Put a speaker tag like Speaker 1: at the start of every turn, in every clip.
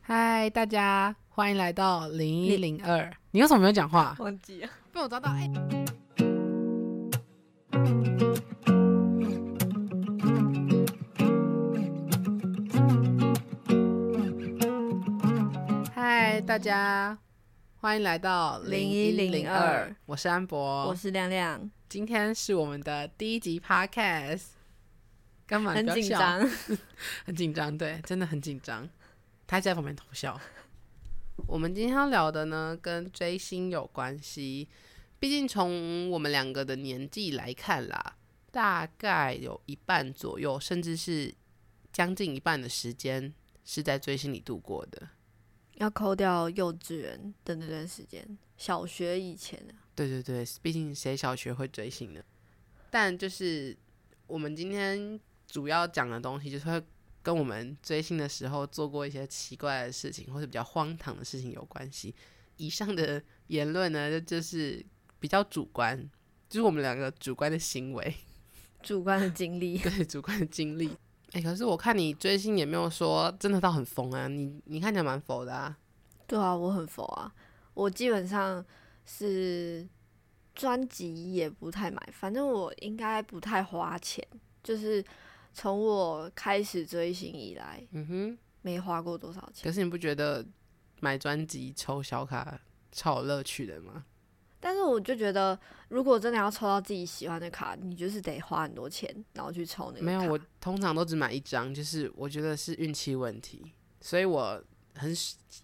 Speaker 1: 嗨，大家欢迎来到零一零二。你为什么没有讲话？
Speaker 2: 忘记了。
Speaker 1: 被我抓到！哎、嗨，大家欢迎来到
Speaker 2: 0102
Speaker 1: 我是安博。
Speaker 2: 我是亮亮，
Speaker 1: 今天是我们的第一集 podcast，干嘛？
Speaker 2: 很
Speaker 1: 啊不要
Speaker 2: 紧
Speaker 1: 笑，
Speaker 2: 张。
Speaker 1: 很紧张，对，真的很紧张。他还在旁边偷笑。我们今天要聊的呢，跟追星有关系。毕竟从我们两个的年纪来看啦，大概有一半左右，甚至是将近一半的时间是在追星里度过的。
Speaker 2: 要扣掉幼稚园的那段时间，小学以前啊，
Speaker 1: 对对对，毕竟谁小学会追星呢？但就是我们今天主要讲的东西，就是会跟我们追星的时候做过一些奇怪的事情，或者比较荒唐的事情有关系。以上的言论呢，就就是比较主观，就是我们两个主观的行为，
Speaker 2: 主观的经历。
Speaker 1: 对主观的经历。哎、可是我看你追星也没有说真的到很疯啊，你你看起来蛮佛的啊。
Speaker 2: 对啊，我很佛啊，我基本上是专辑也不太买，反正我应该不太花钱，就是从我开始追星以来，
Speaker 1: 嗯哼，
Speaker 2: 没花过多少钱。
Speaker 1: 可是你不觉得买专辑抽小卡超有乐趣的吗？
Speaker 2: 但是我就觉得，如果真的要抽到自己喜欢的卡，你就是得花很多钱，然后去抽那个
Speaker 1: 没有，
Speaker 2: 卡
Speaker 1: 我通常都只买一张，就是我觉得是运气问题，所以我很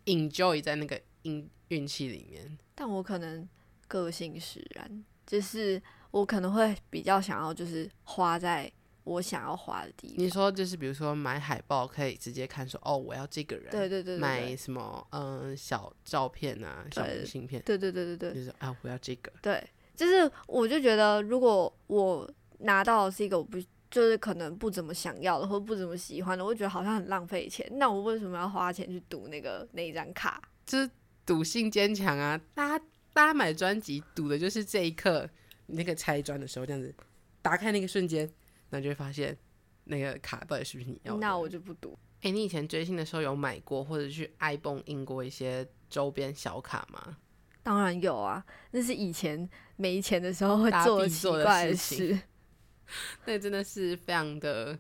Speaker 1: enjoy 在那个运运气里面。
Speaker 2: 但我可能个性使然，就是我可能会比较想要就是花在我想要花的地
Speaker 1: 你
Speaker 2: 方。
Speaker 1: 说就是比如说买海报可以直接看说哦我要这个人，
Speaker 2: 对对对对
Speaker 1: 买
Speaker 2: 对
Speaker 1: 什么嗯、小照片啊小
Speaker 2: 对
Speaker 1: 明信片，
Speaker 2: 对对对对对
Speaker 1: 就是啊我要这个，
Speaker 2: 对，就是我就觉得，如果我拿到的是一个我不就是可能不怎么想要的或不怎么喜欢的，我会觉得好像很浪费钱。那我为什么要花钱去赌那个那一张卡？
Speaker 1: 就是赌性坚强啊！大家大家买专辑赌的就是这一刻，你那个拆专的时候这样子打开那个瞬间，那就会发现那个卡到底是不是你要的。
Speaker 2: 那我就不赌。
Speaker 1: 哎、你以前追星的时候有买过或者去 iPhone 印过一些周边小卡吗？
Speaker 2: 当然有啊，那是以前没钱的时候会
Speaker 1: 大
Speaker 2: 做
Speaker 1: 必
Speaker 2: 奇
Speaker 1: 做的
Speaker 2: 怪
Speaker 1: 事
Speaker 2: 的
Speaker 1: 情
Speaker 2: 事。
Speaker 1: 那真的是非常的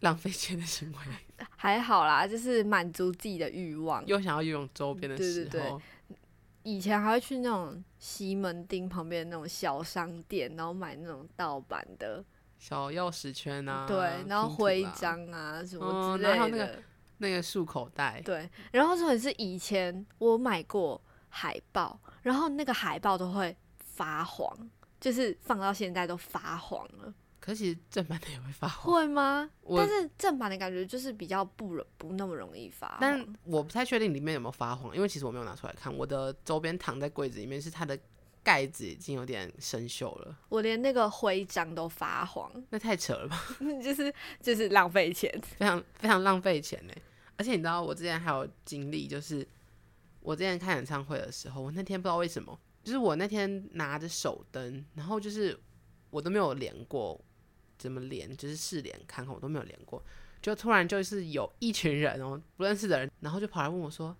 Speaker 1: 浪费钱的行为，
Speaker 2: 还好啦，就是满足自己的欲望。
Speaker 1: 又想要拥有周边的
Speaker 2: 对
Speaker 1: 时
Speaker 2: 对
Speaker 1: 候，
Speaker 2: 对以前还会去那种西门町旁边那种小商店，然后买那种盗版的，
Speaker 1: 小钥匙圈啊，
Speaker 2: 对，然
Speaker 1: 拼图
Speaker 2: 后
Speaker 1: 啊
Speaker 2: 徽，章啊什么
Speaker 1: 嗯
Speaker 2: 之
Speaker 1: 然后
Speaker 2: 类
Speaker 1: 那
Speaker 2: 的，
Speaker 1: 个哎那个束口袋，
Speaker 2: 对。然后重点是以前我买过海报，然后那个海报都会发黄，就是放到现在都发黄了，
Speaker 1: 可其实正版的也会发黄，
Speaker 2: 会吗？
Speaker 1: 哦我
Speaker 2: 但是正版的感觉就是比较不容不那么容易发黄，
Speaker 1: 但我不太确定里面有没有发黄，因为其实我没有拿出来看，我的周边躺在柜子里面，是它的盖子已经有点生锈了，
Speaker 2: 我连那个徽章都发黄，
Speaker 1: 那太扯了吧。
Speaker 2: 就是就是浪费钱。
Speaker 1: 非常非常浪费钱呢。而且你知道，我之前还有经历，就是我之前看演唱会的时候，我那天不知道为什么，就是我那天拿着手灯，然后就是我都没有连过，怎么连，就是试连看看，我都没有连过，就突然就是有一群人哦，不认识的人，然后就跑来问我说：“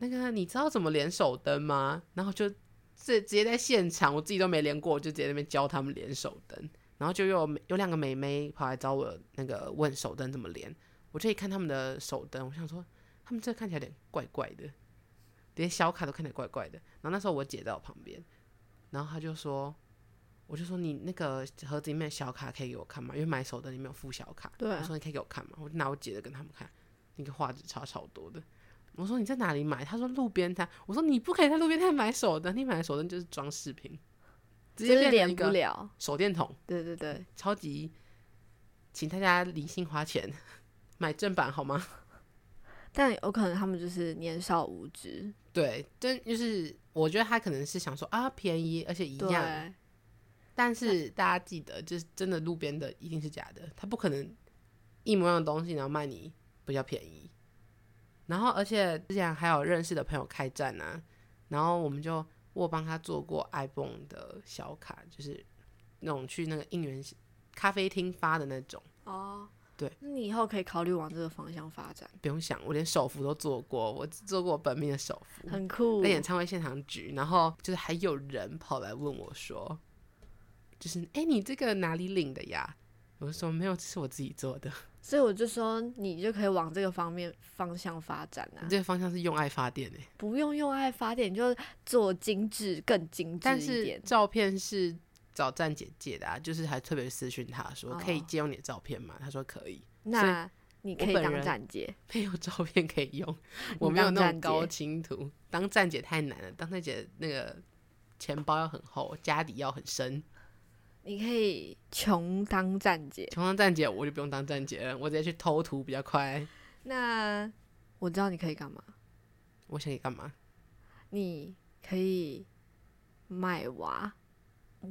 Speaker 1: 那个你知道怎么连手灯吗？”然后就这直接在现场，我自己都没连过，我就直接在那边教他们连手灯。然后就有美有两个妹妹跑来找我那个问手灯怎么连，我就一看他们的手灯，我想说他们这看起来有点怪怪的，连小卡都看起来怪怪的。然后那时候我姐在我旁边，然后她就说，我就说你那个盒子里面的小卡可以给我看吗？因为买手灯里面有附小卡，
Speaker 2: 对啊
Speaker 1: 我说你可以给我看吗？我就拿我姐的跟他们看，那个画质差超多的。我说你在哪里买？她说路边摊。我说你不可以在路边摊买手灯，你买的手灯就是装饰品，直接
Speaker 2: 就是
Speaker 1: 变成一
Speaker 2: 连不
Speaker 1: 个
Speaker 2: 了。
Speaker 1: 手电筒。
Speaker 2: 对对对，
Speaker 1: 超级，请大家理性花钱， 买正版好吗？
Speaker 2: 但有可能他们就是年少无知，
Speaker 1: 对，真就是我觉得他可能是想说啊便宜，而且一样，
Speaker 2: 对，
Speaker 1: 但是大家记得，就是真的路边的一定是假的，他不可能一模一样的东西然后卖你比较便宜。然后而且之前还有认识的朋友开站啊，然后我们就我有帮他做过 iPhone 的小卡，就是那种去那个应援咖啡厅发的那种。
Speaker 2: 哦，
Speaker 1: 对，
Speaker 2: 你以后可以考虑往这个方向发展，
Speaker 1: 不用想，我连手幅都做过，我只做过我本命的手幅，
Speaker 2: 很酷
Speaker 1: 在。演唱会现场举，然后就是还有人跑来问我说，就是哎、诶你这个哪里领的呀？我就说没有，这是我自己做的。
Speaker 2: 所以我就说，你就可以往这个方面方向发展啊
Speaker 1: 你，这个方向是用爱发电欸诶、
Speaker 2: 不用用爱发电，你就做精致更精致
Speaker 1: 但
Speaker 2: 一
Speaker 1: 是
Speaker 2: 点。
Speaker 1: 照片是找站姐借的啊，就是还特别私讯她说可以
Speaker 2: 哦
Speaker 1: 借用你的照片吗？她说可以，
Speaker 2: 那你可以
Speaker 1: 我本
Speaker 2: 当
Speaker 1: 人
Speaker 2: 站姐，
Speaker 1: 没有照片可以 用，我没有那种高清图，当站姐太难了，当站姐那个钱包要很厚，家底要很深，
Speaker 2: 你可以穷当站姐。
Speaker 1: 穷当站姐我就不用当站姐了，我直接去偷图比较快。
Speaker 2: 那我知道你可以干嘛，
Speaker 1: 我想你干嘛？
Speaker 2: 你可以卖娃，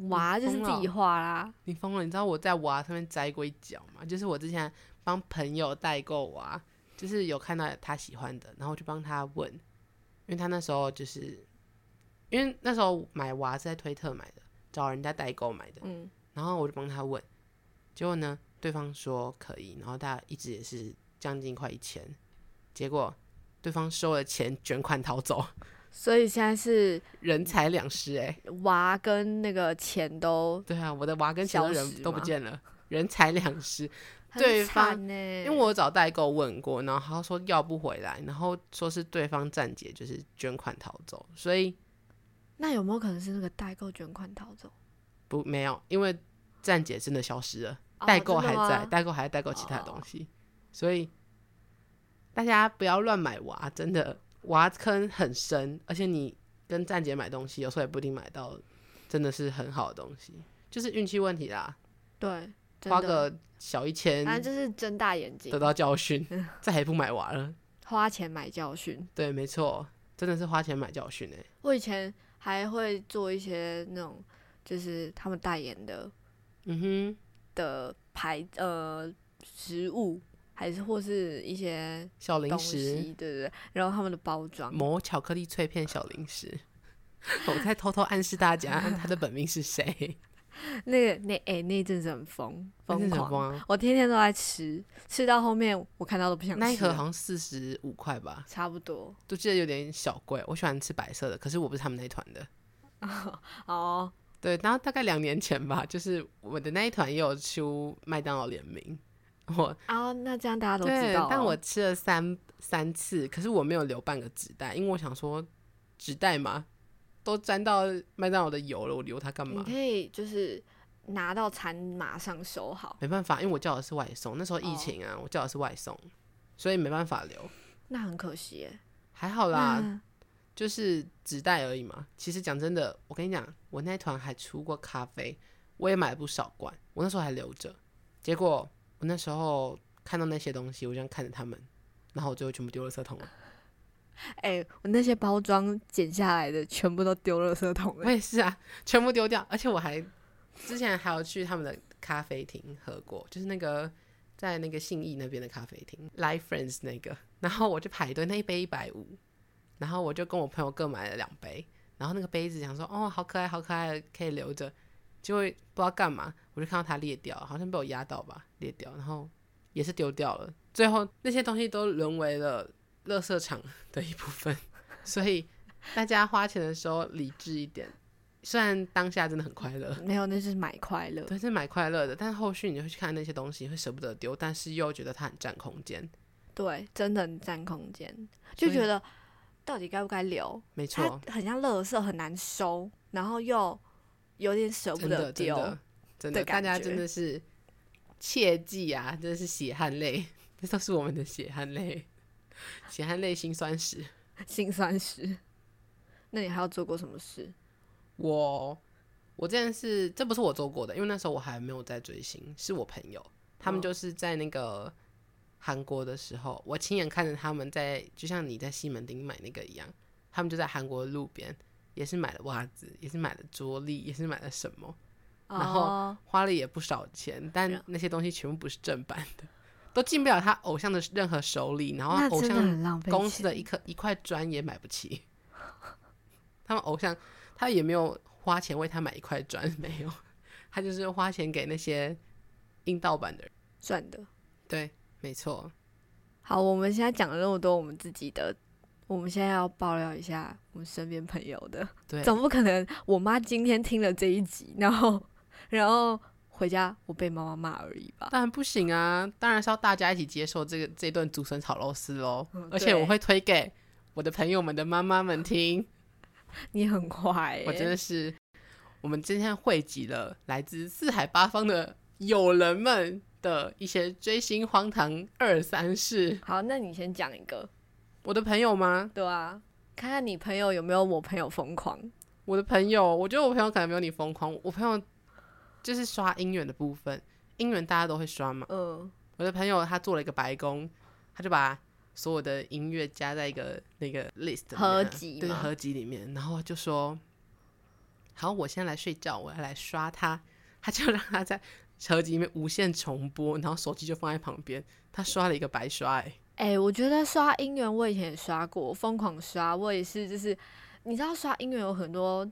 Speaker 2: 娃就是
Speaker 1: 嗯疯
Speaker 2: 自
Speaker 1: 了
Speaker 2: 己画啦。
Speaker 1: 你疯了！你知道我在娃上面摘过一脚吗？就是我之前帮朋友代购娃，就是有看到他喜欢的，然后我就帮他问，因为他那时候就是，因为那时候买娃是在推特买的，找人家代购买的，
Speaker 2: 嗯，
Speaker 1: 然后我就帮他问，结果呢，对方说可以，然后大家一直也是将近快一千，结果对方收了钱卷款逃走，
Speaker 2: 所以现在是
Speaker 1: 人财两失哎、
Speaker 2: 娃跟那个钱都
Speaker 1: 对啊，我的娃跟其他
Speaker 2: 消
Speaker 1: 人
Speaker 2: 失
Speaker 1: 都不
Speaker 2: 吗
Speaker 1: 见了，人财两失，
Speaker 2: 很
Speaker 1: 对
Speaker 2: 惨
Speaker 1: 方
Speaker 2: 呢、
Speaker 1: 因为我有找代购问过，然后他说要不回来，然后说是对方站姐就是捐款逃走，所以
Speaker 2: 那有没有可能是那个代购卷款逃走？
Speaker 1: 不没有，因为站姐真的消失了，
Speaker 2: 哦
Speaker 1: 代购还
Speaker 2: 真的
Speaker 1: 在，
Speaker 2: 吗哦
Speaker 1: 代购还在代购其他东西，所以大家不要乱买娃，真的娃坑很深，而且你跟站姐买东西，有时候也不一定买到真的是很好的东西，就是运气问题啦，
Speaker 2: 对，真
Speaker 1: 花
Speaker 2: 的，
Speaker 1: 个小一千
Speaker 2: 反正就是睁大眼睛
Speaker 1: 得，到教 训，再也不买娃了。
Speaker 2: 花钱买教训。
Speaker 1: 对，没错，真的是花钱买教训哎、
Speaker 2: 我以前还会做一些那种，就是他们代言的
Speaker 1: 嗯哼。
Speaker 2: 的牌呃食物，还是或是一些
Speaker 1: 小零
Speaker 2: 东
Speaker 1: 食，
Speaker 2: 西，对对对，然后他们的包装，
Speaker 1: 某巧克力脆片小零食。 我在偷偷暗示大 家，他的本名是谁？
Speaker 2: 那个那哎、那一阵子很疯疯
Speaker 1: 真的很
Speaker 2: 狂，
Speaker 1: 疯啊！
Speaker 2: 我天天都在吃，吃到后面我看到都不想吃了，
Speaker 1: 那一盒好像四十五块吧，
Speaker 2: 差不多
Speaker 1: 都记得有点小贵。我喜欢吃白色的，可是我不是他们那一团的。
Speaker 2: 哦，
Speaker 1: 对，然后大概两年前吧，就是我的那一团也有出麦当劳联名，我
Speaker 2: 啊，那这样大家都
Speaker 1: 对
Speaker 2: 知道、，哦
Speaker 1: 但我吃了三三次，可是我没有留半个纸袋，因为我想说纸袋嘛，都沾到麦当劳的油了，我留它干
Speaker 2: 你
Speaker 1: 嘛
Speaker 2: 可？以就是拿到餐马上收好，
Speaker 1: 没办法，因为我叫的是外送，那时候
Speaker 2: 哦
Speaker 1: 疫情啊，我叫的是外送，所以没办法留。
Speaker 2: 那很可惜耶。嗯
Speaker 1: 还好啦，
Speaker 2: 那
Speaker 1: 就是纸袋而已嘛。其实讲真的，我跟你讲，我那一团还出过咖啡，我也买了不少罐，我那时候还留着。结果我那时候看到那些东西，我就这样看着他们，然后我最后全部丢了圾桶了。
Speaker 2: 哎、我那些包装剪下来的全部都丢垃圾桶
Speaker 1: 我
Speaker 2: 了。
Speaker 1: 也是啊，全部丢掉，而且我还之前还有去他们的咖啡厅喝过，就是那个在那个信义那边的咖啡厅，Life Friends 那个，然后我就排队那一杯一百五，然后我就跟我朋友各买了两杯，然后那个杯子想说哦好可爱好可爱可以留着，结果不知道干嘛，我就看到它裂掉，好像被我压到吧，裂掉，然后也是丢掉了，最后那些东西都沦为了垃圾场的一部分， 所以。大家花钱的时候理智一点，虽然当下真的很快乐，
Speaker 2: 没有，那就是买快乐。
Speaker 1: 对，是买快乐的，但后续你会去看那些东西，会舍不得丢，但是又觉得它很占空间。
Speaker 2: 对，真的很占空间，就
Speaker 1: 所以
Speaker 2: 觉得到底该不该留？
Speaker 1: 没
Speaker 2: 它
Speaker 1: 错，
Speaker 2: 很像垃圾，很难收，然后又有点舍不
Speaker 1: 真
Speaker 2: 得
Speaker 1: 的真
Speaker 2: 丢。
Speaker 1: 的真的，
Speaker 2: 的
Speaker 1: 大
Speaker 2: 感
Speaker 1: 家
Speaker 2: 觉
Speaker 1: 真的是切记啊，真的是血汗泪，这都是我们的血汗泪，血汗泪辛酸史。
Speaker 2: 心酸史。那你还有做过什么事？
Speaker 1: 我我之前是这不是我做过的，因为那时候我还没有在追星，是我朋友，他们
Speaker 2: 嗯
Speaker 1: 就是在那个韩国的时候，我亲眼看着他们在，就像你在西门町买那个一样，他们就在韩国的路边也是买了袜子，也是买了桌历，也是买了什么，然后
Speaker 2: 哦
Speaker 1: 花了也不少钱，但
Speaker 2: 然
Speaker 1: 那些东西全部不是正版的，都进不了他偶像的任何手里，然后
Speaker 2: 那
Speaker 1: 偶
Speaker 2: 真的
Speaker 1: 像
Speaker 2: 很浪费
Speaker 1: 公司
Speaker 2: 钱。
Speaker 1: 的一颗一块砖也买不起。 他们偶像，他也没有花钱为他买一块 砖，没有，他就是花钱给那些阴道版的人。
Speaker 2: 赚的，
Speaker 1: 对，没错。
Speaker 2: 好，我们现在讲了那么多我们自己的，我们现在要爆料一下我们身边朋友的。
Speaker 1: 对，
Speaker 2: 总不可能我妈今天听了这一集，然后然后回家我被妈妈骂而已吧？
Speaker 1: 当然不行啊，当然是要大家一起接受这个这顿竹笋炒肉丝喽。
Speaker 2: 嗯
Speaker 1: 而且
Speaker 2: 对
Speaker 1: 我会推给我的朋友们的妈妈们听。
Speaker 2: 你很坏、欸，
Speaker 1: 我真的是，我们今天汇集了来自四海八方的友人们的一些追星荒唐二三事。
Speaker 2: 好，那你先讲一个，
Speaker 1: 我的朋友吗？
Speaker 2: 对啊，看看你朋友有没有我朋友疯狂。
Speaker 1: 我的朋友，我觉得我朋友可能没有你疯狂。我朋友就是刷姻缘的部分，姻缘大家都会刷嘛。
Speaker 2: 嗯，
Speaker 1: 我的朋友他做了一个白宫，他就把所有的音乐加在一个那个 list 里面啊
Speaker 2: 合集
Speaker 1: 对
Speaker 2: 吗
Speaker 1: 合集里面，然后就说：“好，我先来睡觉，我要来刷它。”他就让他在合集里面无限重播，然后手机就放在旁边。他刷了一个白刷、欸，
Speaker 2: 哎、我觉得刷音源我以前也刷过，疯狂刷，我也是，就是你知道刷音源有很多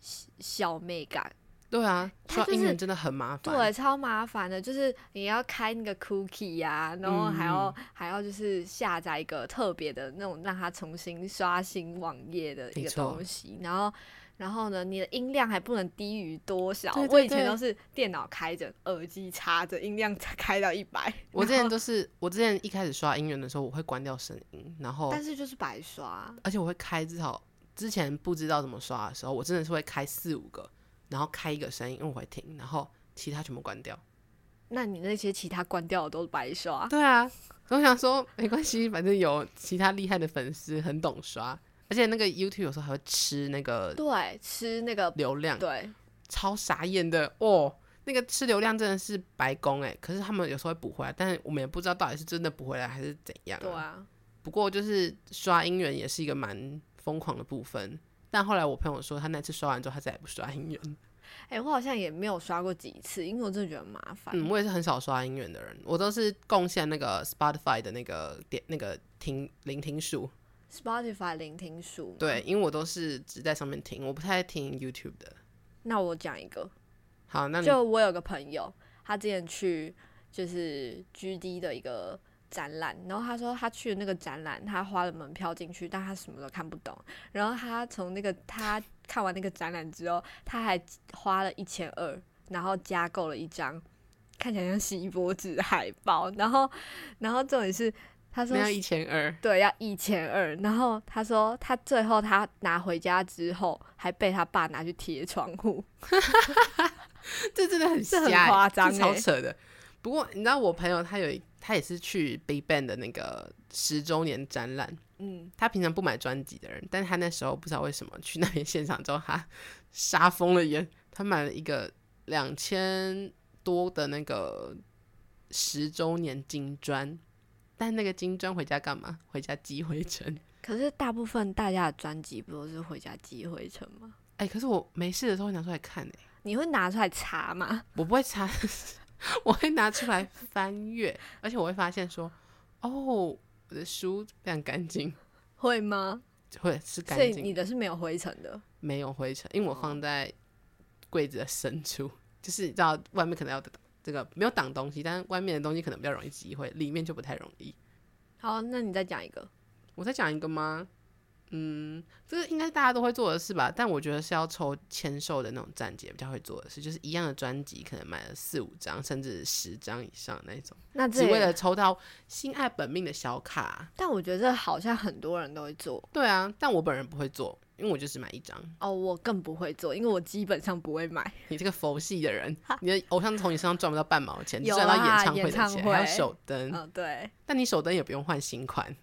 Speaker 2: 小小美感，
Speaker 1: 对啊，
Speaker 2: 他
Speaker 1: 刷
Speaker 2: 就是
Speaker 1: 音乐真的很麻烦。
Speaker 2: 对，超麻烦的，就是你要开那个 cookie 呀、然后还要、
Speaker 1: 嗯
Speaker 2: 还要就是下载一个特别的那种让它重新刷新网页的一
Speaker 1: 没
Speaker 2: 个
Speaker 1: 错
Speaker 2: 东西，然后然后呢，你的音量还不能低于多少？
Speaker 1: 对对
Speaker 2: 我以前
Speaker 1: 对
Speaker 2: 都是电脑开着，耳机插着，音量 才开到一百。
Speaker 1: 我之
Speaker 2: 然
Speaker 1: 前
Speaker 2: 后
Speaker 1: 都是，我之前一开始刷音乐的时候，我会关掉声音，然后
Speaker 2: 但是就是白刷，
Speaker 1: 而且我会开至少之前不知道怎么刷的时候，我真的是会开四五个，然后开一个声音，因为我会听，然后其他全部关掉。
Speaker 2: 那你那些其他关掉的都是白刷。
Speaker 1: 对啊，我想说没关系，反正有其他厉害的粉丝很懂刷，而且那个 YouTube 有时候还会吃那个
Speaker 2: 对，吃那个
Speaker 1: 流量，
Speaker 2: 对，
Speaker 1: 超傻眼的哦。那个吃流量真的是白宫哎、可是他们有时候会补回来，但是我们也不知道到底是真的补回来还是怎样、
Speaker 2: 对啊，
Speaker 1: 不过就是刷音源也是一个蛮疯狂的部分。但后来我朋友说，他那次刷完之后，他再也不刷音源。
Speaker 2: 哎、我好像也没有刷过几次，因为我真的觉得很麻烦。
Speaker 1: 嗯，我也是很少刷音源的人，我都是贡献那个 Spotify 的那个点那个听聆听数。
Speaker 2: Spotify 聆听数嘛
Speaker 1: 对，因为我都是只在上面听，我不太听 YouTube 的。
Speaker 2: 那我讲一个，
Speaker 1: 好，那你
Speaker 2: 就我有个朋友，他之前去就是 GD 的一个展览，然后他说他去那个展览，他花了门票进去，但他什么都看不懂。然后他从那个他看完那个展览之后，他还花了一千二，然后加购了一张看起来像锡箔纸海报，然后然后重点是他说
Speaker 1: 那要一千 二，
Speaker 2: 对，要一千二。然后他说，他最后他拿回家之后，还被他爸拿去贴窗户。
Speaker 1: 这真的很
Speaker 2: 这很
Speaker 1: 瞎欸
Speaker 2: 夸
Speaker 1: 这
Speaker 2: 张
Speaker 1: 超
Speaker 2: 欸
Speaker 1: 扯的。不过你知道，我朋友他有一他也是去 Big Bang 的那个十周年展览，
Speaker 2: 嗯，
Speaker 1: 他平常不买专辑的人，但是他那时候不知道为什么去那边现场之后，他杀疯了眼，他买了一个两千多的那个十周年金砖，但那个金砖回家干嘛？回家积灰尘。
Speaker 2: 可是大部分大家的专辑不都是回家积灰尘吗？
Speaker 1: 哎、可是我没事的时候会拿出来看哎、
Speaker 2: 你会拿出来查吗？
Speaker 1: 我不会查， 我会拿出来翻阅，而且我会发现说，哦，我的书非常干净，
Speaker 2: 会吗？
Speaker 1: 会是干
Speaker 2: 所以
Speaker 1: 净
Speaker 2: 你，的是没有灰尘的。
Speaker 1: 没有灰尘，因为我放在柜子的深处， 就是你知道外面可能要这个没有挡东西，但是外面的东西可能比较容易积灰，里面就不太容易。
Speaker 2: 好，那你再讲一个。
Speaker 1: 我再讲一个吗？嗯，这个应该大家都会做的事吧，但我觉得是要抽签售的那种站姐比较会做的事，就是一样的专辑可能买了四五张甚至十张以上那种，
Speaker 2: 那
Speaker 1: 只
Speaker 2: 这
Speaker 1: 为
Speaker 2: 也，
Speaker 1: 了抽到心爱本命的小卡。
Speaker 2: 但我觉得这好像很多人都会做
Speaker 1: 对啊，但我本人不会做，因为我就只买一张。
Speaker 2: 哦，我更不会做，因为我基本上不会买。
Speaker 1: 你这个佛系的人，你的偶像从你身上赚不到半毛钱，只
Speaker 2: 有
Speaker 1: 赚到演
Speaker 2: 啦
Speaker 1: 唱会
Speaker 2: 演
Speaker 1: 的
Speaker 2: 唱
Speaker 1: 钱，
Speaker 2: 会
Speaker 1: 还有手灯。
Speaker 2: 嗯，对，
Speaker 1: 但你手灯也不用换新款。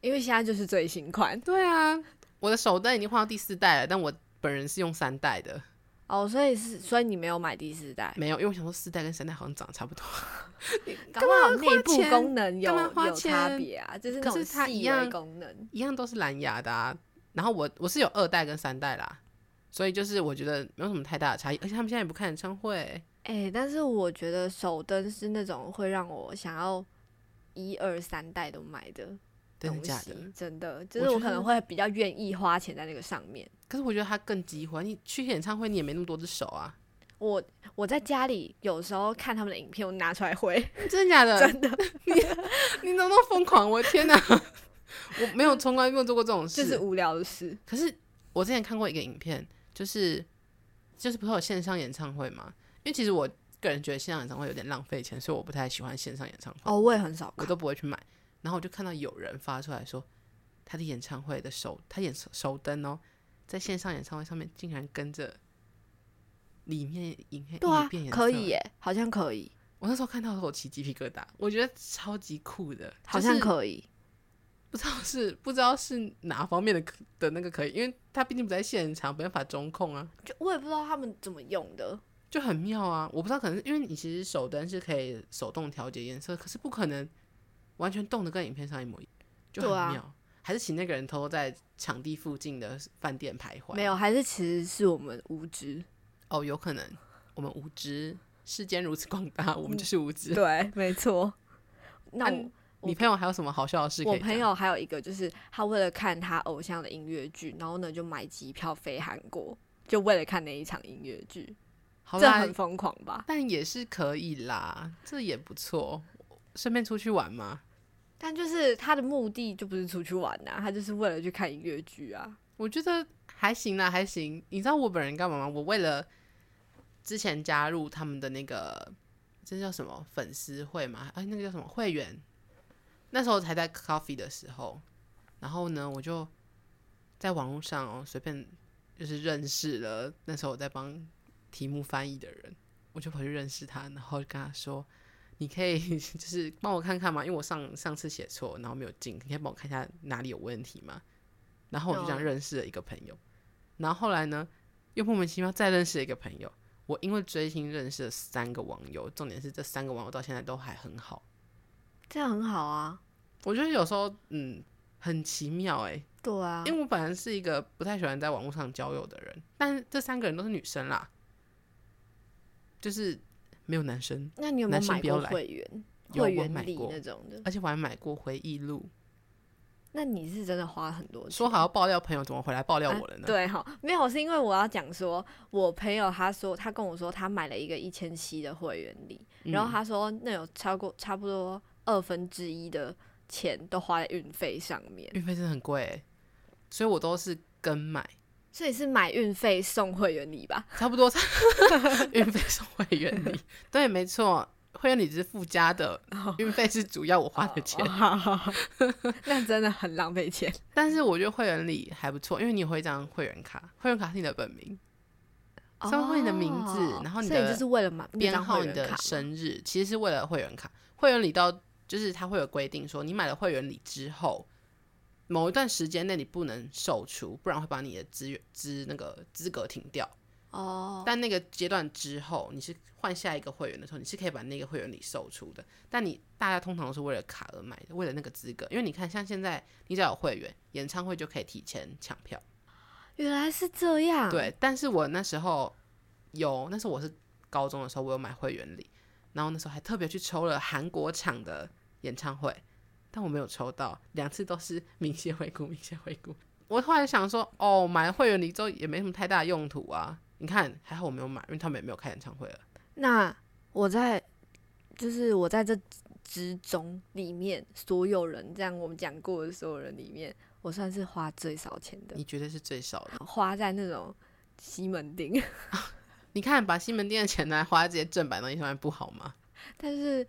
Speaker 2: 因为现在就是最新款
Speaker 1: 对啊，我的手灯已经换到第四代了，但我本人是用三代的，
Speaker 2: 哦，所以是，所以你没有买第四代。
Speaker 1: 没有，因为我想说四代跟三代好像长得差不多。
Speaker 2: 搞不好内部
Speaker 1: 花钱
Speaker 2: 功能有
Speaker 1: 干嘛花
Speaker 2: 有差
Speaker 1: 钱
Speaker 2: 别啊，就是
Speaker 1: 可
Speaker 2: 那
Speaker 1: 是
Speaker 2: 种
Speaker 1: 它一
Speaker 2: 细
Speaker 1: 样
Speaker 2: 微功能。
Speaker 1: 一样都是蓝牙的啊。然后我我是有二代跟三代啦，所以就是我觉得没有什么太大的差异，而且他们现在也不看演唱会。
Speaker 2: 哎、但是我觉得手灯是那种会让我想要一二三代都买的
Speaker 1: 真的
Speaker 2: 东
Speaker 1: 假
Speaker 2: 西
Speaker 1: 的？，
Speaker 2: 真的，就是
Speaker 1: 我
Speaker 2: 我
Speaker 1: 觉
Speaker 2: 可
Speaker 1: 得
Speaker 2: 能会比较愿意花钱在那个上面。
Speaker 1: 可是我觉得它更机会，你去演唱会你也没那么多只手啊。
Speaker 2: 我我在家里有时候看他们的影片，我拿出来挥，
Speaker 1: 真的假的？
Speaker 2: 真的
Speaker 1: 你怎么那么疯狂？我的天哪！我没有从来没有做过这种事。
Speaker 2: 就是无聊的事。
Speaker 1: 可是我之前看过一个影片，就是就是不是有线上演唱会嘛？因为其实我个人觉得线上演唱会有点浪费钱，所以我不太喜欢线上演唱会，
Speaker 2: 哦，我也很少
Speaker 1: 我
Speaker 2: 看。
Speaker 1: 都不会去买。然后我就看到有人发出来说，他的演唱会的首他演首登哦，在线上演唱会上面竟然跟着里面影片
Speaker 2: 对啊
Speaker 1: 影片，演
Speaker 2: 可
Speaker 1: 唱
Speaker 2: 以耶，好像可以，
Speaker 1: 我那时候看到的时候，我起鸡皮疙瘩，我觉得超级酷的，
Speaker 2: 好
Speaker 1: 就是
Speaker 2: 像可以。
Speaker 1: 不知道是不知道是哪方面的可的那个可以，因为他毕竟不在现场，没办法中控啊，
Speaker 2: 就我也不知道他们怎么用的，
Speaker 1: 就很妙啊。我不知道，可能是因为你其实手灯是可以手动调节颜色，可是不可能完全动的跟影片上一模一样，就很
Speaker 2: 对啊
Speaker 1: 妙。还是请那个人偷偷在场地附近的饭店徘徊？
Speaker 2: 没有，还是其实是我们 无知。
Speaker 1: 哦，有可能我们无知，世间如此广大，我们就是无知。
Speaker 2: 对，没错。那
Speaker 1: 啊
Speaker 2: 我我
Speaker 1: 你朋友还有什么好笑的事可以
Speaker 2: 我
Speaker 1: 讲？
Speaker 2: 朋友还有一个，就是他为了看他偶像的音乐剧，然后呢就买机票飞韩国，就为了看那一场音乐剧，
Speaker 1: 好
Speaker 2: 这
Speaker 1: 啦，
Speaker 2: 很疯狂吧？
Speaker 1: 但也是可以啦，这也不错。顺便出去玩嘛，
Speaker 2: 但就是他的目的就不是出去玩呐、他就是为了去看音乐剧啊。
Speaker 1: 我觉得还行啦，还行。你知道我本人干嘛吗？我为了之前加入他们的那个，这叫什么粉丝会嘛？哎，那个叫什么会员？那时候才在 Coffee 的时候，然后呢，我就在网络上哦，随便就是认识了那时候我在帮题目翻译的人，我就跑去认识他，然后跟他说：“你可以 就是帮我看看嘛，因为我上上次写错，然后没有进，你可以帮我看一下哪里有问题吗？”然后我就这样
Speaker 2: 哦
Speaker 1: 认识了一个朋友，然后后来呢，又莫名其妙再认识了一个朋友。我因为追星认识了三个网友，重点是这三个网友到现在都还很好。
Speaker 2: 这样很好啊。
Speaker 1: 我觉得有时候，嗯，很奇妙哎、
Speaker 2: 对啊，
Speaker 1: 因为我本来是一个不太喜欢在网络上交友的人，但这三个人都是女生啦，就是没有男生，
Speaker 2: 那你有没
Speaker 1: 男
Speaker 2: 有
Speaker 1: 生
Speaker 2: 买
Speaker 1: 不要
Speaker 2: 过
Speaker 1: 来
Speaker 2: 会员？
Speaker 1: 有
Speaker 2: 会
Speaker 1: 我
Speaker 2: 员
Speaker 1: 买
Speaker 2: 礼
Speaker 1: 过
Speaker 2: 那种的？
Speaker 1: 而且我还买过回忆录，
Speaker 2: 那你是真的花很多钱？
Speaker 1: 说好要爆料朋友，怎么回来爆料我了呢？
Speaker 2: 啊对哈，没有，是因为我要讲说，我朋友他说他跟我说他买了一个一千七的会员礼，
Speaker 1: 嗯
Speaker 2: 然后他说那有超过差不多二分之一的钱都花在运费上面，
Speaker 1: 运费真的很贵、欸，所以我都是跟买，
Speaker 2: 所以是买运费送会员礼吧？
Speaker 1: 差 不多运费是会员礼，对，没错，会员礼只是附加的，运费是主要我花的
Speaker 2: 哦
Speaker 1: 钱。
Speaker 2: 那真的很浪费 钱。
Speaker 1: 但是我觉得会员礼还不错，因为你有一张会员卡，会员卡是你的本名、上面会你的名字
Speaker 2: 哦
Speaker 1: 然后你
Speaker 2: 所以
Speaker 1: 的
Speaker 2: 就是为了买那
Speaker 1: 编
Speaker 2: 张
Speaker 1: 号、
Speaker 2: 会
Speaker 1: 你
Speaker 2: 员
Speaker 1: 的
Speaker 2: 卡嘛
Speaker 1: 生日，其实是为了会员卡。会员礼到就是它会有规定说，你买了会员礼之后，某一段时间内你不能售出，不然会把你的资源资那个资格停掉。
Speaker 2: 哦，
Speaker 1: 但那个阶段之后，你是换下一个会员的时候，你是可以把那个会员礼售出的。但你大家通常都是为了卡而买的，为了那个资格，因为你看，像现在你只要有会员，演唱会就可以提前抢票。
Speaker 2: 原来是这样。，
Speaker 1: 对，但是我那时候有，那时候我是高中的时候，我有买会员礼，然后那时候还特别去抽了韩国场的演唱会，但我没有抽到，两次都是 明谢回顾，明谢回顾。我后来想说，哦，买了会员礼之后也没什么太大的用途啊。你看，还好我没有买，因为他们也没有开演唱会了。
Speaker 2: 那我在就是我在这之中里面所有人，这样我们讲过的所有人里面，我算是花最少钱的
Speaker 1: 你，绝对是最少的。
Speaker 2: 花在那种西门町，
Speaker 1: 你看，把西门町的钱拿来花这些正版东西上面不好吗？
Speaker 2: 但是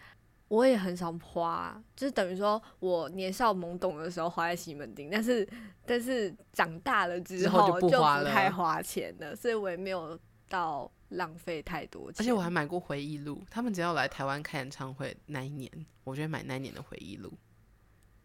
Speaker 2: 我也很少花，就是等于说我年少懵懂的时候花在西门町，但是但是长大了之
Speaker 1: 之后
Speaker 2: 后
Speaker 1: 就不花了
Speaker 2: 太花钱了，所以我也没有到浪费太多
Speaker 1: 而
Speaker 2: 钱。
Speaker 1: 且我还买过回忆录，他们只要来台湾开演唱会那一年，我就会买那一年的回忆录，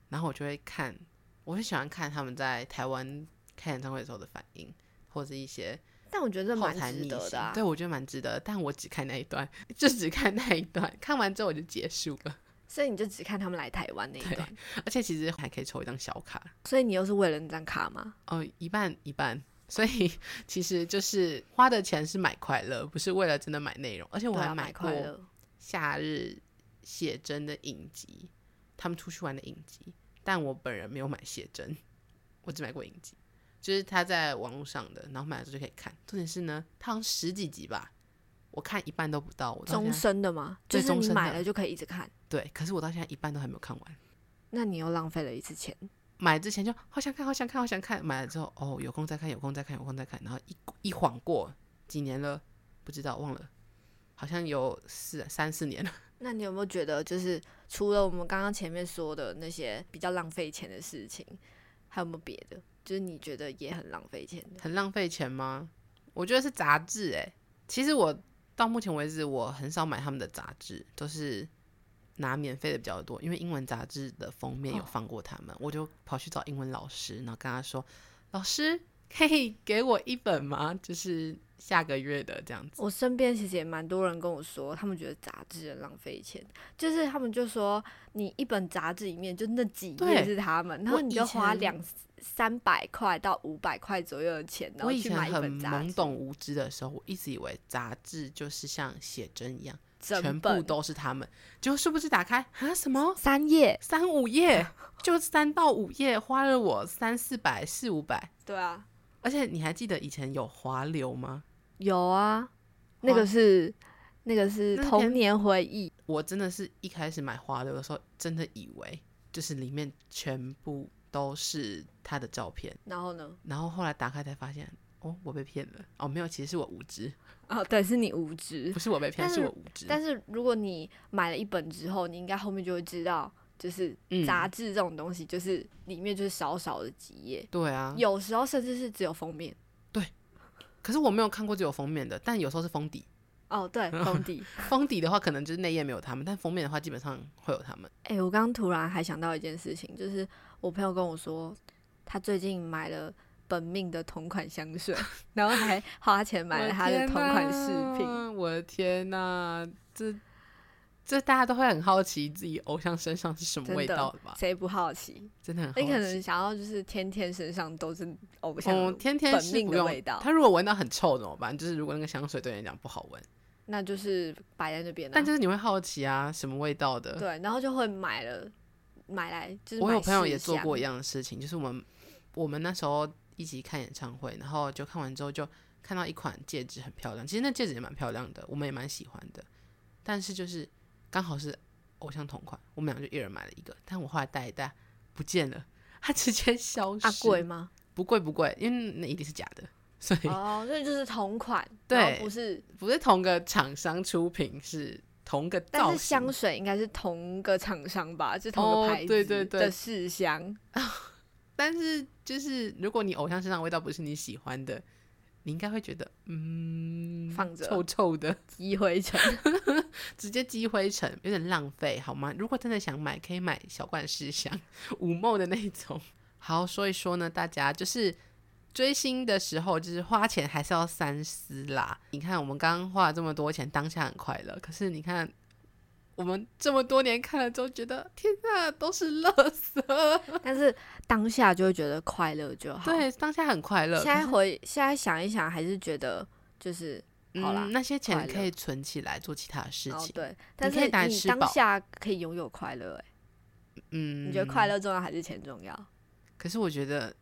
Speaker 1: 然后我就会看，我很喜欢看他们在台湾开演唱会的时候的反应，或者一些
Speaker 2: 但我觉得这
Speaker 1: 后
Speaker 2: 蛮
Speaker 1: 台
Speaker 2: 值
Speaker 1: 逆
Speaker 2: 得
Speaker 1: 袭
Speaker 2: 的、啊，
Speaker 1: 对我觉得蛮值得的。但我只看那一段， 就只看那一段，看完之后我就结束了。
Speaker 2: 所以你就只看他们来台湾那一
Speaker 1: 对
Speaker 2: 段，
Speaker 1: 而且其实还可以抽一张小卡，
Speaker 2: 所以你又是为了那张卡吗？
Speaker 1: 哦，一半一半。所以其实就是花的钱是买快乐，不是为了真的买内容。而且我
Speaker 2: 对
Speaker 1: 还
Speaker 2: 啊
Speaker 1: 买过
Speaker 2: 快乐，
Speaker 1: 夏日写真的影集，他们出去玩的影集，但我本人没有买写真，我只买过影集，就是他在网络上的，然后买了之后就可以看。重点是呢，他好像十几集吧，我看一半都不到，我到
Speaker 2: 终
Speaker 1: 现在
Speaker 2: 身的吗？就
Speaker 1: 对
Speaker 2: 是
Speaker 1: 终
Speaker 2: 你
Speaker 1: 身
Speaker 2: 买
Speaker 1: 的
Speaker 2: 了就可以一直看，
Speaker 1: 对，可是我到现在一半都还没有看完。
Speaker 2: 那你又浪费了一次钱。
Speaker 1: 买之前就好想看，好想看，好想看，买了之后哦，有空再看，有空再看，有空再看，然后一一晃过几年了，不知道忘了，好像有四三四年了。
Speaker 2: 那你有没有觉得，就是除了我们刚刚前面说的那些比较浪费钱的事情，还有没有别的？就是你觉得也很浪费钱的？
Speaker 1: 很浪费钱吗？我觉得是杂志哎、其实我到目前为止，我很少买他们的杂志，都是拿免费的比较多，因为英文杂志的封面有
Speaker 2: 哦
Speaker 1: 放过他们，我就跑去找英文老师，然后跟他说：“老师，可以给我一本吗？就是下个月的这样子。
Speaker 2: 我身边其实也蛮多人跟我说，他们觉得杂志很浪费钱，就是他们就说你一本杂志里面就那几
Speaker 1: 对
Speaker 2: 页是他们，然后
Speaker 1: 我
Speaker 2: 你
Speaker 1: 以
Speaker 2: 就花
Speaker 1: 前
Speaker 2: 两三百块到五百块左右的钱，然
Speaker 1: 我
Speaker 2: 后
Speaker 1: 以
Speaker 2: 去
Speaker 1: 前
Speaker 2: 买一
Speaker 1: 很
Speaker 2: 本杂
Speaker 1: 懵
Speaker 2: 志，
Speaker 1: 懂无知的时候，我一直以为杂志就是像写真一样，全
Speaker 2: 整
Speaker 1: 部
Speaker 2: 本
Speaker 1: 都是他们，结果殊不知打开啊什么？
Speaker 2: 三页，
Speaker 1: 三五页，就三到五页，花了我三四百、四五百。
Speaker 2: 对啊，
Speaker 1: 而且你还记得以前有滑流吗？
Speaker 2: 有啊，那
Speaker 1: 哇
Speaker 2: 个是那个是
Speaker 1: 那
Speaker 2: 童
Speaker 1: 天
Speaker 2: 年回忆，
Speaker 1: 我真的是一开始买滑流的时候，真的以为就是里面全部都是他的照片，
Speaker 2: 然后呢？
Speaker 1: 然后后来打开才发现，哦，我被骗了。哦，没有，其实是我无 知，
Speaker 2: 哦，对，是你无知
Speaker 1: 不。是我被骗，
Speaker 2: 但
Speaker 1: 是
Speaker 2: 是
Speaker 1: 我无知。
Speaker 2: 但是如果你买了一本之后，你应该后面就会知道，就是
Speaker 1: 嗯
Speaker 2: 杂志这种东西，就是里面就是少少的几页，
Speaker 1: 对啊，
Speaker 2: 有时候甚至是只有封面。
Speaker 1: 可是我没有看过只有封面的，但有时候是封底。
Speaker 2: 哦，对，封底。
Speaker 1: 封底的话，可能就是内页没有他们，但封面的话，基本上会有他们。
Speaker 2: 哎、我刚突然还想到一件事情，就是我朋友跟我说，他最近买了。本命的同款香水， 然后还花钱买了他的同款饰品，
Speaker 1: 品。我的天哪、这这大家都会很好奇自己偶像身上是什么
Speaker 2: 真
Speaker 1: 味道
Speaker 2: 的
Speaker 1: 的吧？
Speaker 2: 谁不好奇？
Speaker 1: 真的很好
Speaker 2: 你可
Speaker 1: 奇。
Speaker 2: 能想要就是天天身上都是偶像的
Speaker 1: 嗯，天天
Speaker 2: 本
Speaker 1: 是
Speaker 2: 命
Speaker 1: 不
Speaker 2: 的
Speaker 1: 用
Speaker 2: 味道
Speaker 1: 他如果闻到很臭怎么办？就是如果那个香水对你来讲不好闻，
Speaker 2: 那就是摆在那边、啊。
Speaker 1: 但就是你会好奇啊，什么味道的？
Speaker 2: 对，然后就会买了，买来就是
Speaker 1: 我有
Speaker 2: 买
Speaker 1: 朋友
Speaker 2: 试
Speaker 1: 也做
Speaker 2: 香
Speaker 1: 过一样的事情，就是我们我们那时候一起看演唱会，然后就看完之后就看到一款戒指很漂亮，其实那戒指也蛮漂亮的，我们也蛮喜欢的，但是就是刚好是偶像同款，我们俩就一人买了一个，但我后来戴一戴不见了，它直接消失。
Speaker 2: 啊贵吗？
Speaker 1: 不贵不贵，因为那一定是假的，所以
Speaker 2: 哦，所以就是同款，
Speaker 1: 对
Speaker 2: 然后不是，
Speaker 1: 不是同个厂商出品，是同个造型。
Speaker 2: 但是香水应该是同个厂商吧，是同
Speaker 1: 哦
Speaker 2: 个牌子
Speaker 1: 对对对
Speaker 2: 的试香，
Speaker 1: 但是就是如果你偶像身上的味道不是你喜欢的，你应该会觉得嗯，
Speaker 2: 放着
Speaker 1: 臭臭的，
Speaker 2: 积灰尘。
Speaker 1: 直接积灰尘，有点浪费好吗？如果真的想买，可以买小罐试香五梦的那种。好，所以说呢，大家就是追星的时候，就是花钱还是要三思啦。你看我们刚刚花了这么多钱，当下很快乐，可是你看。我们这么多年看了之后，觉得天哪，都是垃圾。
Speaker 2: 但是当下就会觉得快乐就好。，
Speaker 1: 对，当下很快乐。
Speaker 2: 现在回现在想一想，还是觉得就是好啦
Speaker 1: 嗯，那些钱
Speaker 2: 快
Speaker 1: 可
Speaker 2: 乐
Speaker 1: 以存起来做其他的事
Speaker 2: 哦
Speaker 1: 情。
Speaker 2: 对，但
Speaker 1: 可以
Speaker 2: 是
Speaker 1: 拿来
Speaker 2: 你
Speaker 1: 吃
Speaker 2: 当
Speaker 1: 饱
Speaker 2: 下可以拥有快乐、欸，
Speaker 1: 嗯，
Speaker 2: 你觉得快？乐重要还是钱重要？
Speaker 1: 可是我觉得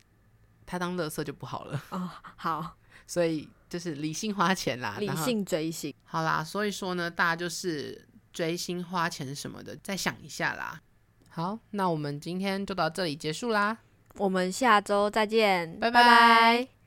Speaker 1: 他当乐色就不好了，
Speaker 2: 哦，好，
Speaker 1: 所以就是理性花钱啦。
Speaker 2: 理
Speaker 1: 然后
Speaker 2: 性追星。
Speaker 1: 好啦，所以说呢，大家就是追星花钱什么的，再想一下啦。好，那我们今天就到这里结束啦。
Speaker 2: 我们下周再见，
Speaker 1: 拜
Speaker 2: 拜
Speaker 1: 拜
Speaker 2: 拜